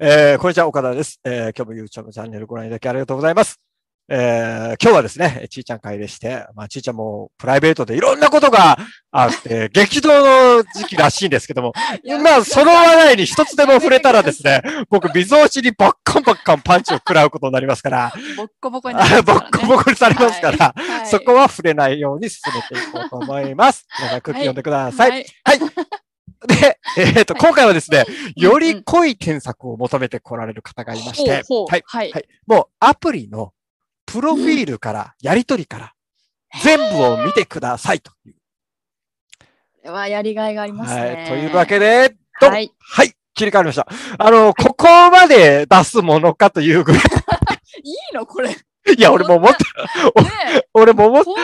えー、こんにちは、岡田です。えー、今日も YouTube チャンネルご覧いただきありがとうございます。えー、今日はですね、ちーちゃん会でして、まあ、ちーちゃんもプライベートでいろんなことがあ って、激動の時期らしいんですけども、まあ、その話題に一つでも触れたらですね、僕、みぞおちにバッカンバッカンパンチを食らうことになりますから、ボッコボコになりあますボからね。ッコボコにされますから、はいそこは触れないように進めていこうと思います。皆さん空気読んでください。はい。で、えっと、今回はですね、よりうん濃い検索を求めてこられる方がいましほうて、ほうはい、はいはい。もうアプリのプロフィールから、やりとりから、全部を見てくださいという。これはやりがいがありますはね。い。というわけで、どうもはい。はい、切り替わりました。あの、ここまで出すものかというぐらい、いいのこれ。ねいや、俺も思った、え俺も思っこんな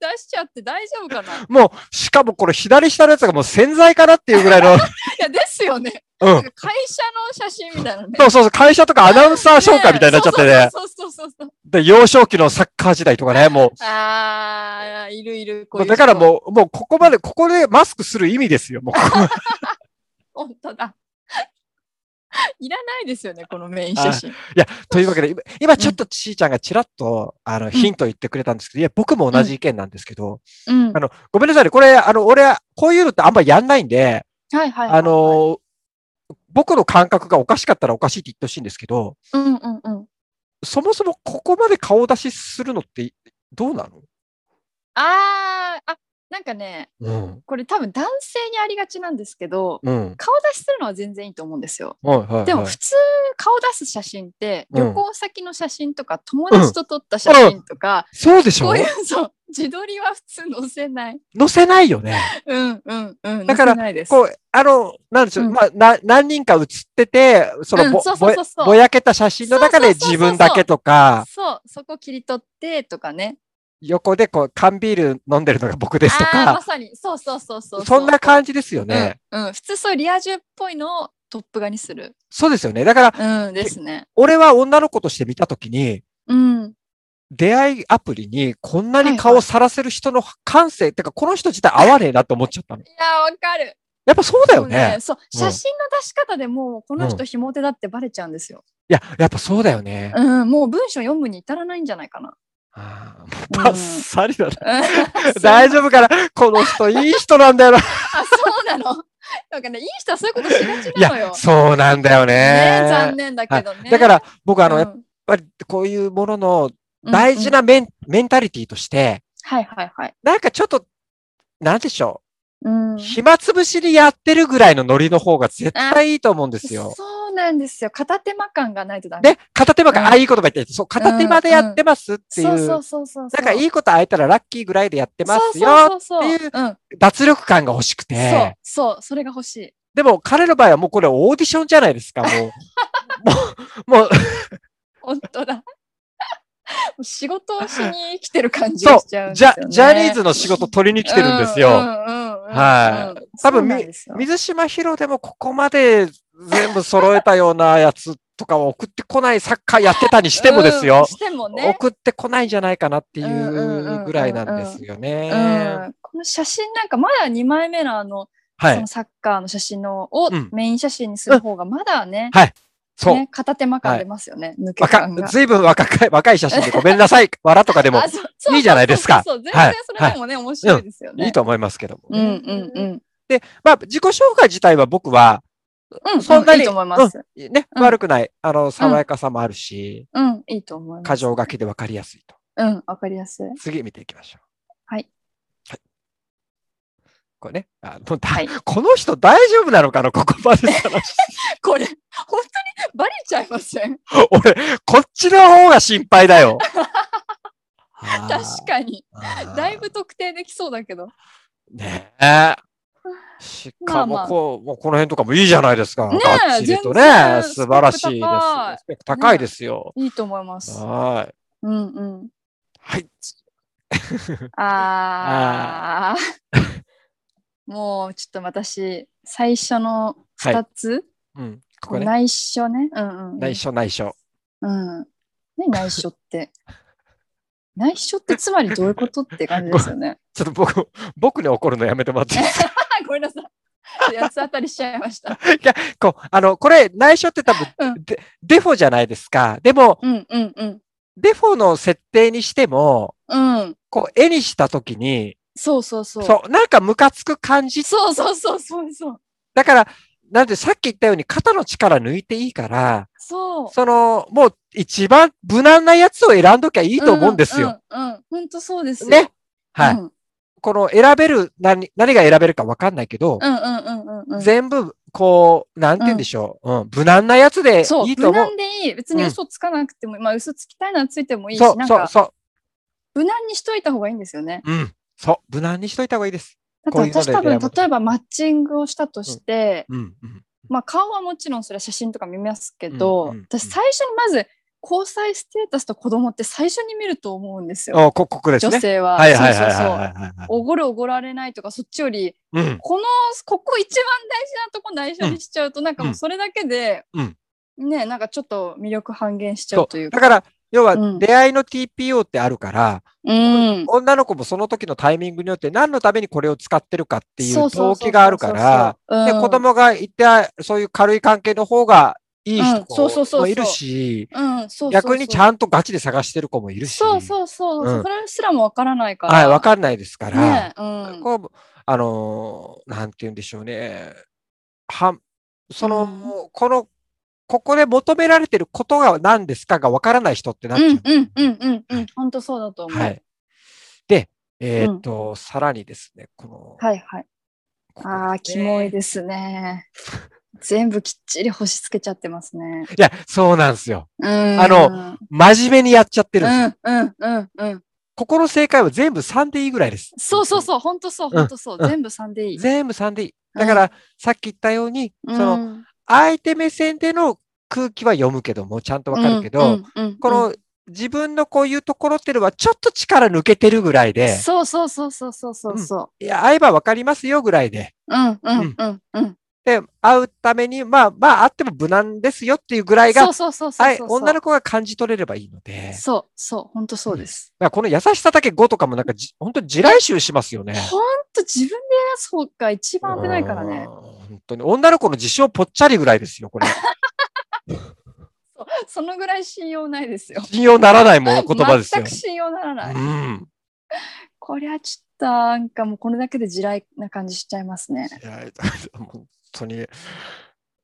出しちゃって大丈夫かなた、いもう、しかもこれ左下のやつがもう潜在かなっていうぐ らいの、や、ですよね。うんなん。か会社の写真みたいなね。そうそうそう、会社とかアナウンサー紹介みたいになっちゃってね。そうそうそうそうそうで、幼少期のサッカー時代とかね、もああ、いるいる。こうう。いうだ人からもう、もうここまで、ここでマスクする意味ですよ、もう。本当だ。いらないですよね、このメイン写真。 というわけで、今今ちょっとちーちゃんがちらっと、あの、ヒント言ってくれたんですけど、いや、僕も同じ意見なんですけど、うん。あはの、ごめんなさいね、これ、あの、俺、こういうのってあんまやんないんで、いはいはい。あ、の、僕の感覚がおかしかったらおかしいって言ってほしいんですけど、うんうんうん。そもそもここまで顔出しするのってどうなのあーあ、なんかね、うん。これ多分男性にありがちなんですけど、うん。顔出しするのは全然いいと思うんですよ。はいはい、はい。でも普通顔出す写真ってうん旅行先の写真とか友達と撮った写真とか、そうでしょこういうそう自撮りは普通載せない。載せないよね。うんうんうん。だから載せないですこう、あの、なんでしょう、うんまあ、な、何人か写ってて、そのうんぼ、そうぼそうやそうそうぼやけた写真の中でそうそうそうそう自分だけとか、そうそこ切り取ってとかね。横でこう、缶ビール飲んでるのが僕ですとああまか、さにそうそうそうそうう。そんな感じですよね。うん、うん、普通そういうリア充っぽいのをトップ画にする。そうですよね。だから、うんですね。俺は女の子として見たときに、うん。出会いアプリにこんなにはい顔はいさらせる人の感性、てかこの人自体合わねえなって思っちゃったの。いやわかる。やっぱそうだよね。そううん写真の出し方でもうこのう人ひも手だってバレちゃうんですよ。いや、やっぱそうだよね。うん、もう文章読むに至らないんじゃないかな。あうーん バッサリだな。 大大丈夫かなこの人いい人なんだよな。あ、そうなの。なんかね、いい人はそういうことしがちいなのよや、。そうなんだよねね。残念だけどね。だから僕あの、うんやっぱりこういうものの大事。うんうんなメン,、メンタリティとして、はいはいはい。なんかちょっと、なんでしょうんう。。暇つぶしにやってるぐらいのノリの方が絶対いいと思うんですよ。そうなんですよ。片手間感がないとダメ。ね、片手間か、うんあ、いいことば言って、そう、片手間でやってますっていう、そうそうそうそう。なんかいいいことあえたらラッキーぐらいでやってますよ、そうそうっそていうう。うん。脱力感が欲しくそうて。そう。それが欲しい。でも彼の場合はもうこれオーディションじゃないですか、も う。もう、もう、本当だ。もう仕事をしに来てる感じそがしちゃうう、んでジすよ、ね。ャ、ジャニーズの仕事取りに来てるんですよ。ははい。多分そうなんですよ水島ヒロでもここまで全部揃えたようなやつとかを送ってこないサッカーやってたにしてもですうんよ。してもね。送ってこないんじゃないかなっていんうんうんううんぐらいなんですよね。うんこの写真なんかまだ2枚目のあの,、はそいの。サッカーの写真のをうんメイン写真にする方がまだね,、そうね。片手間感出ますよね、抜け若感が。ずいぶん若い、若い写真でごめんなさい。笑とかでもあそうそういいじゃないですかそうそうそうはい全然それでもね、面白いですよね。いいと思いますけどもうんね。うんうんで、まあ、自己紹介自体は僕は、うん。そんなにいいと思います。ね、うん悪くない。あの、爽やかさもあるし、うん、いいと思います。過剰書きでわかりやすいと。うん、わかりやすい。次見ていきましょう。はい。はい。これね、あもうだはい。この人大丈夫なのかなここまでさらしこれ、本当にバレちゃいません俺、こっちの方が心配だよ。 確かに。かだいぶ。特定できそうだけど。ねえ。しかまあまもあこう、もうこの辺とかもいいじゃないですか。ねえがっちりと全ね。然素晴らしいです。ススペック高いですよ。いいと思います。はーい。うんうん。はい。あーもうちょっと私最初のは2い。つ、うん。ここね。内緒ね、うんうん、内、緒内緒。うん、何内緒って 内緒ってつまりどういうことって感じですよねちょっと僕、僕に怒るのやめてもらっていいですか ごめんなさい八つ当たりしちゃいました。こう、あの、これ、内緒って多分、 うんでデフォじゃないですか。でも、うんうんうん。デフォの設定にしても、うん。こう、絵にしたときに、そうそうそう。そう、なんかムカつく感じ。そうそうそうそうそう。だから、なんでさっき言ったように肩の力抜いていいから、そう。その、もう一番無難なやつを選んどきゃいいと思うんですよ。。うんうん、うん。本当そうですよ。ね。。はい。うんこの選べる、何、何が選べるかわかんないけど、うんうんうんうんうん。全部、こう、なんて言うんでしょう。うん、無難なやつでそう、いいと思無う。難でいい。別に嘘つかなくても、まあ嘘つきたいならついてもいいし、そう、なんそう、かそ無難にしといた方がいいんですよね。う。うん。そう、無難にしといた方がいいです。だこういうっのてで私多出会い分、ます例えばマッチングをしたとして、うん、うん。まあ顔はもちろんそれは写真とか見ますけうど、んうんうん私最初にまず交際ステータスと子供って最初に見ると思うんですよ。お、こ、ここです女ね。性は。はいはいはいそうはいそうそうはいはいはい。おごるおごられないとかそっちよりうん。このここ一番大事なとこ内緒にしちゃうと、なんかもうそれだけで、うんねなんかちょっと魅力半減しちゃそう。といううだかから、要はうん出会いの TPO ってあるから、うん女の子もその時のタイミングによって何のためにこれを使ってるかっていそううそうそう動そう機があるから、うんで、子供がいて、そういう軽い関係の方がいい人うんそうそうそうそうもいるし、うんそうそうそう逆にちゃんとガチで探してる子もいるし、そうそうそう、うんそれすらもわからないからはい、わかんないですから、ねうんこう、あのー、なんて言うんでしょうね、はん、その、うんこの、ここで求められてることが何ですかがわからない人ってなっちゃううんうんうんうんうん本当そうだと思う、ははいい、。で、えーっと、さらにですね、この、はいここああですキねモいですね全部きっちり星つけちゃってますねいや、そうなんですよ。うんあの真面目にやっちゃってうるんですよ。んうんうんうんここの正解は全部3でいいぐらいです。そうそうそう本当そううん本当そう、うん全部3でいい、全部3でいい。だから、さっき言ったように、うん、その、相手目線での空気は読むけども、ちゃんとわかるけど、うんうんうんこの、自分のこういうところっていうのはちょっと力抜けてるぐらいで、そうそうそうそうそうそうそいや、会えばわかりますよぐらいで、う。うんうんうんうん。で、会うために、まあまあ会っても無難ですよっていうぐらいが、そうそうそうそうそう。はい、女の子が感じ取れればいいので、そうそう、本当そうです。だからこの優しさだけ5とかもなんかじ、本当に地雷臭しますよね。本当自分でそうか一番危ないからう。ねん本当に。女の子の自称ぽっちゃりぐらいですよ、これ。 そうそのぐらい信用ないですよ。信用ならないもの言葉ですよ全く。信用ならない。うん。こりゃちょっとなんかもうこれだけで地雷な感じしちゃいますね。いや本当に。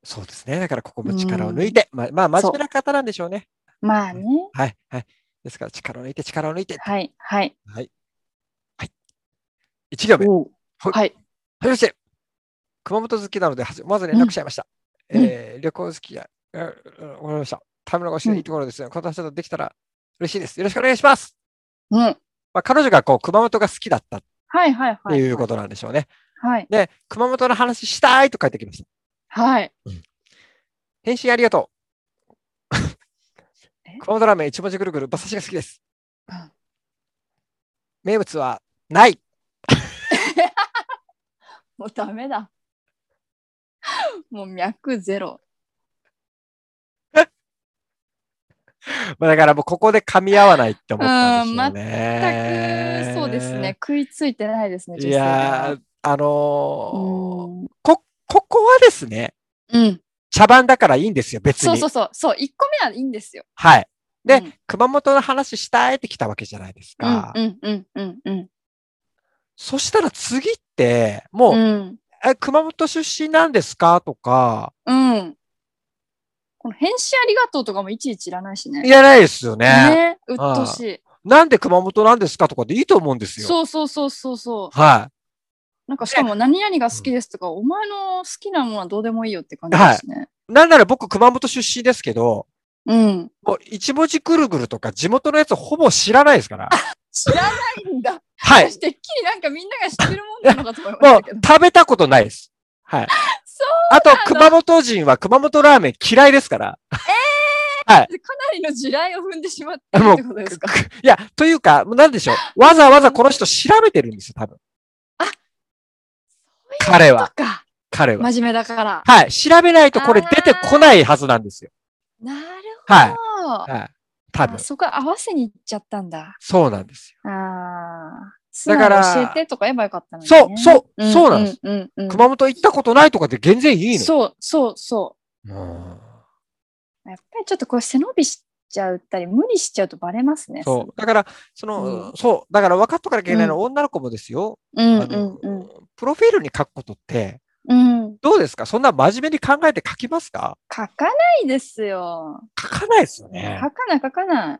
そうですね。だからここも力を抜いて、まあ、まあ、真面目な方なんでしょうね。まあね。はい。はい。ですから、力を抜いて、力を抜いて。はいはい。はい。はい。1行目。おうほいははい。じめまして。熊本好きなので、はじ思わず連絡しちゃいました。うんえー旅行好きや、えーうんわかりました。タイムラグをしていいところですね。この話だとできたら嬉しいです。よろしくお願いします。うん。はいまあ、彼女がこう熊本が好きだったっはいはい。ていうことなんでしょうね。はいで、熊本の話したいと書いてきました。はい。返信ありがと えう。熊本ラーメン一文字ぐるぐる馬刺しが好きですうん。名物はない。もうダメだ。 もう脈ゼロ。まあ、だからもうここで噛み合わないって思ったんですよね。全くそうですね。。食いついてないですね。いや女性ー、あのーがうんここはですね、うん、茶番だからいいんですよ、別に。そうそうそうそう1個目はいいんですよ。はい。でうん熊本の話したいって来たわけじゃないですか。うんうんうんうんそしたら次って、もう、うんえ熊本出身なんですかとか、うんうん。この返信ありがとうとかもいちいちいらないしね。いらないですよね。ねうっとうしい。なんで熊本なんですかとかでいいと思うんですよ。そうそうそうそうそはう。なんかしかも何々が好きですとか、お前の好きなものはどうでもいいよって感じはいですね。い。なんなら僕、熊本出身ですけど、うん。もう一文字ぐるぐるとか地元のやつほぼ知らないですから。知らないん だ。はい。私てっきりなんかみんなが知ってるもんなのかと思いまもしうたけど。食べたことないです。はい。そうあと、熊本人は熊本ラーメン嫌いですから。でかなりの地雷を踏んでしまってるってことですか。いや、というか、なんでしょう。わざわざこの人調べてるんですよ、多分。彼は、とか彼は。真面目だから。はい。調べないとこれ出てこないはずなんですよ。なるはいほど。はい。多あ分。そこ合わせに行っちゃったんだ。そうなんですよ。ああ。素直にだから教えてとか言えばよかったのに、ね。そうそうそうなんですす。うんうん熊本行ったことないとかで全然いいの。そうそうそうんう。やっぱりちょっとこう背伸びしちゃったり、無理しちゃうとバレますね。そう。だから、その、そう。だから分かっとかなきゃいけないのは女の子もですよ。う。うんあうのんうん。プロフィールに書くことって、うん。どうですかそんな真面目に考えて書きますか書かないですよ。書かないですよ書ね。かない書かない。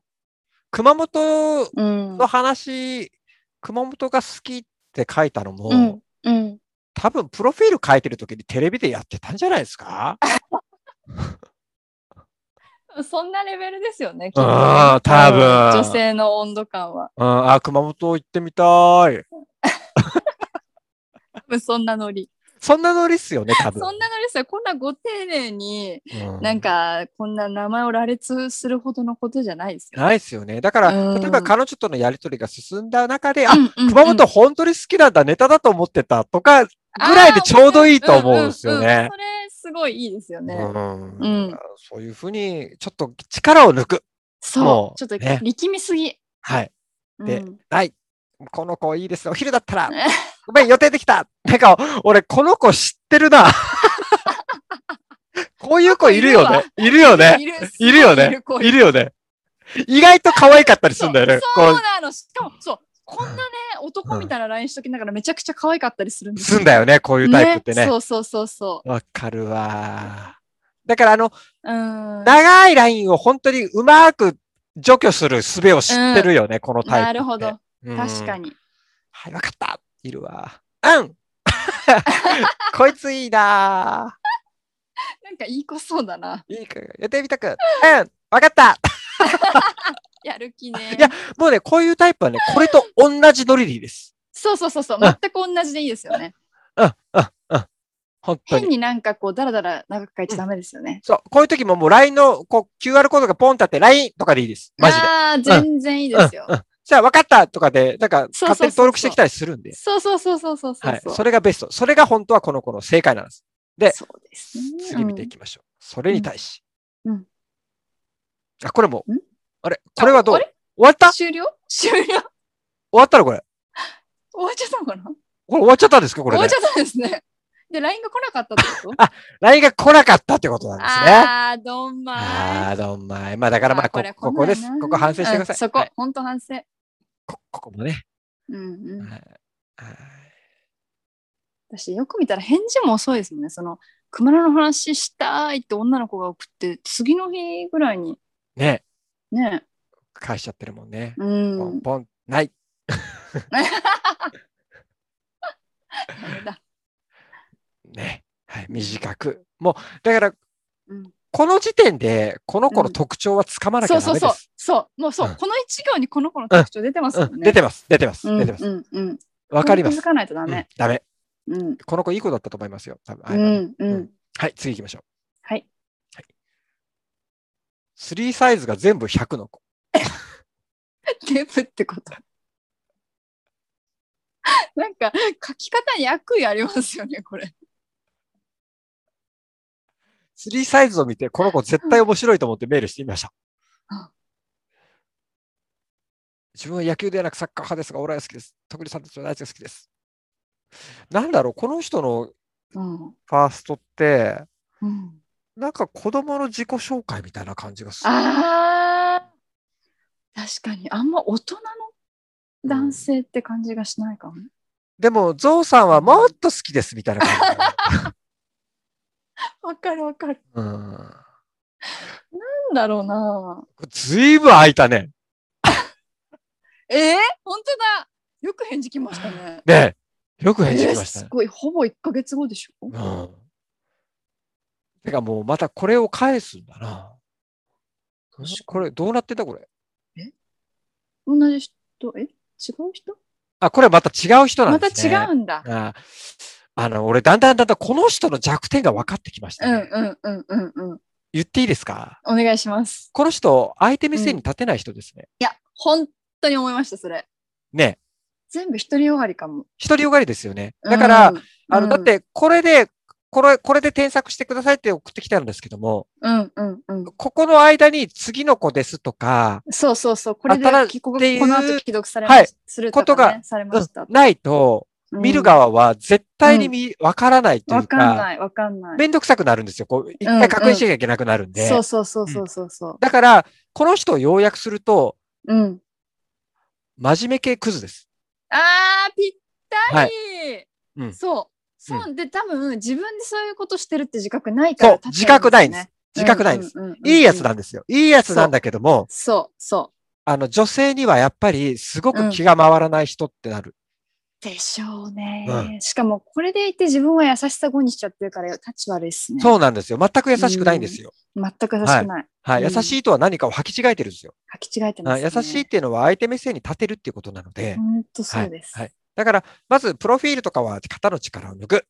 熊本うんの。話、熊本が好きって書いたのも、うん。うん。多分プロフィール書いてる時にテレビでやってたんじゃないですかそんなレベルですよね。きっうとん、多分。女性の温度感は。うん、あ、熊本行ってみたい。多分そんなノリ。そんなノリっすよね、多分。そんなノリですよ。こんなご丁寧に、うんなんか、こんな名前を羅列するほどのことじゃないですよ。ないですよね。だから、うん例えば彼女とのやりとりが進んだ中で、あう、んうんうん熊本本当に好きなんだ、ネタだと思ってたとか、ぐらいでちょうどいいと思うんですよねあーわかるうんうんうんそれすごいいいですよね。うんうんそういうふうに、ちょっと力を抜く。もそうう。ちょっとね力みすぎ。はい。でうんはい。この子いいですね。お昼だったら ね、ごめん、予定できた。なんか、俺、この子知ってる な。こういう子いるよね。いるよね。いるいるよねいるこういういるよね。意外と可愛かったりすそるうんだよね。そうこなの。しかも、そう。こんなね、男みたいな LINE しときながらめちゃくちゃ可愛かったりするんう、ですすんだよね。こういうタイプってね。そうそうそうそわかるわ。だから、あの、う。うん。長いラインを本当にうまく除去する術を知ってるよね、このタイプ。なるほど。。確かに。に。はい、わかった。いるわ。うん。 こいついいななんかいい子そうだな。ぁ。いいか、やってみたく。うん。わかった。 やる気 ね。いやもうね、こういうタイプはね、これと同じノリでいいです。そうそうそうそう。うん全く同じでいいですよ ね。うん、うん、うん。本当変に。になんかこう、だらだら長く書いちゃダメですよね。そう、こういう時ももう LINE のこう QR コードがポンってあって、LINE とかでいいです。マジで。ああ、全然いいですようん。うんじゃあ、わかったとかで、なんか、そうそうそうそう勝手に登録してきたりするんで。そうそうそうそうそうそう。はい。それがベスト。それが本当はこの子の正解なんです。でそうですね。次見ていきましょう。それに対し。うんあ、これもん。あれこれはどうああ終れわった終終了終了 終わったのこれ。わっちゃったのかなこれ終わっちゃったんですかこれ終わでっち。ゃったんですね。で、LINE が来なかっ たってこと LINE が来なかったってことなんですね。ああ、どんまーい。ああー、どんまい。まあ、だからまあ、これはこんこなんですな。ここ反省してください。うんそこはい、本当反省。こここもね。うんうん。はいはい私よく見たら返事も遅いですもんねその熊野の話したいって女の子が送って次の日ぐらいにね、ね返しちゃってるもんね。うポンんポン、ない。ダメだね。はい、短く。もう、だから、うんこの時点で、この子の特徴はつかまなきそゃうダそうメそでうす。そうもうそう、うんこの一行にこの子の特徴出てますうよん、ね出てます、出てます、うん出てます。うんうんわかりますこ。れ気づかないとダうんメダメ。うんこの子いい子だったと思いますよ。多分うあのんうん、うんはい、次行きましょう。はい3サイズが全部100の子。デブってこと なんか書き方に悪意ありますよねこれ3サイズを見て、この子絶対面白いと思ってメールしてみましたあ。自分は野球ではなくサッカー派ですが、オーライ好きです。特にサンドイッチは大好きです。なんだろう、この人のうん、ファーストって、うん、なんか子供の自己紹介みたいな感じがする。あー確かにあんま大人の男性って感じがしないかも。でも、ゾウさんはもっと好きですみたいな感じだね。わかるわかる。うん。なんだろうな。ずいぶん空いたね。えー、本当だ。よく返事来ましたね。ねえよく返事来ましたえーすね。ごい、ほぼ1ヶ月後でしょ、うん。てかもうまたこれを返すんだな。確かにこれどうなってんだこれ。同じ人、え違う人あ、これまた違う人なまんたですね。違うんだ。う。ああの、俺だんだんだんだんこの人の弱点が分かってきましたうんね、うんうんうんうん。言っていいですかお願いします。この人、相手目線に立てない人ですね。いや、本当に思いました、それ。ね全部独りよがりかも。独りよがりですよね。だから、うん、あの、うんだってこれで、これ、これで添削してくださいって送ってきたんですけども、うんうんうん。ここの間に次の子ですとか、そうそうそう。これであたら帰国、っていうこの後既読されましはいすることとがかね、されました。ないと、うん見る。側は絶対に見、わからないといわうかんか、ない、わかんない。めんどくさくなるんですよ。こう、一うんう回ん確認しなきゃいけなくなるんで。そうそうそうそうそうそう。だから、この人を要約すると、うん。真面目系クズです。あー、ぴったり、うんそう。そう、で、多分、自分でそういうことしてるって自覚ないから、そう、自覚ないんです。。自覚ないんです。。いいやつだ。なんですよ。いいやつなんだけども、そう、そあの、女性にはやっぱりすごく気が回らない人ってなる。う。でしょうね、しかも、これでいて自分は優しさ5にしちゃってるから、立ち悪いっすね。そうなんですよ。全く優しくないんですよ。全く優しくない。はい。う優んしいとは何かを履き違えてるんですよ。履き違えてまはす、いね。優しいっ。ていうのは相手目線に立てるっていうことなので。ほんとそうです。はい。はいだから、まず、プロフィールとかは肩の力を抜く。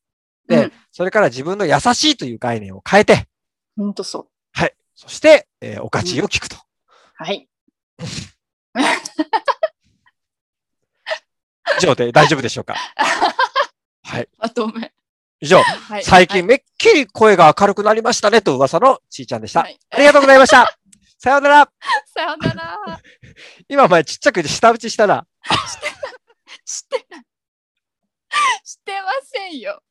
で、うんそれから自分の優しいという概念を変えて、ほんとそう。はい。そして、えーお価値を聞くと。はい。以上で大丈夫でしょうかはい。まとめ。以上、はい。最近めっきり声が明るくなりましたねと噂のちーちゃんでした。はい。ありがとうございました。さようなら。 さよなら。今お前ちっちゃく下打ちしたら。してない。してませんよ。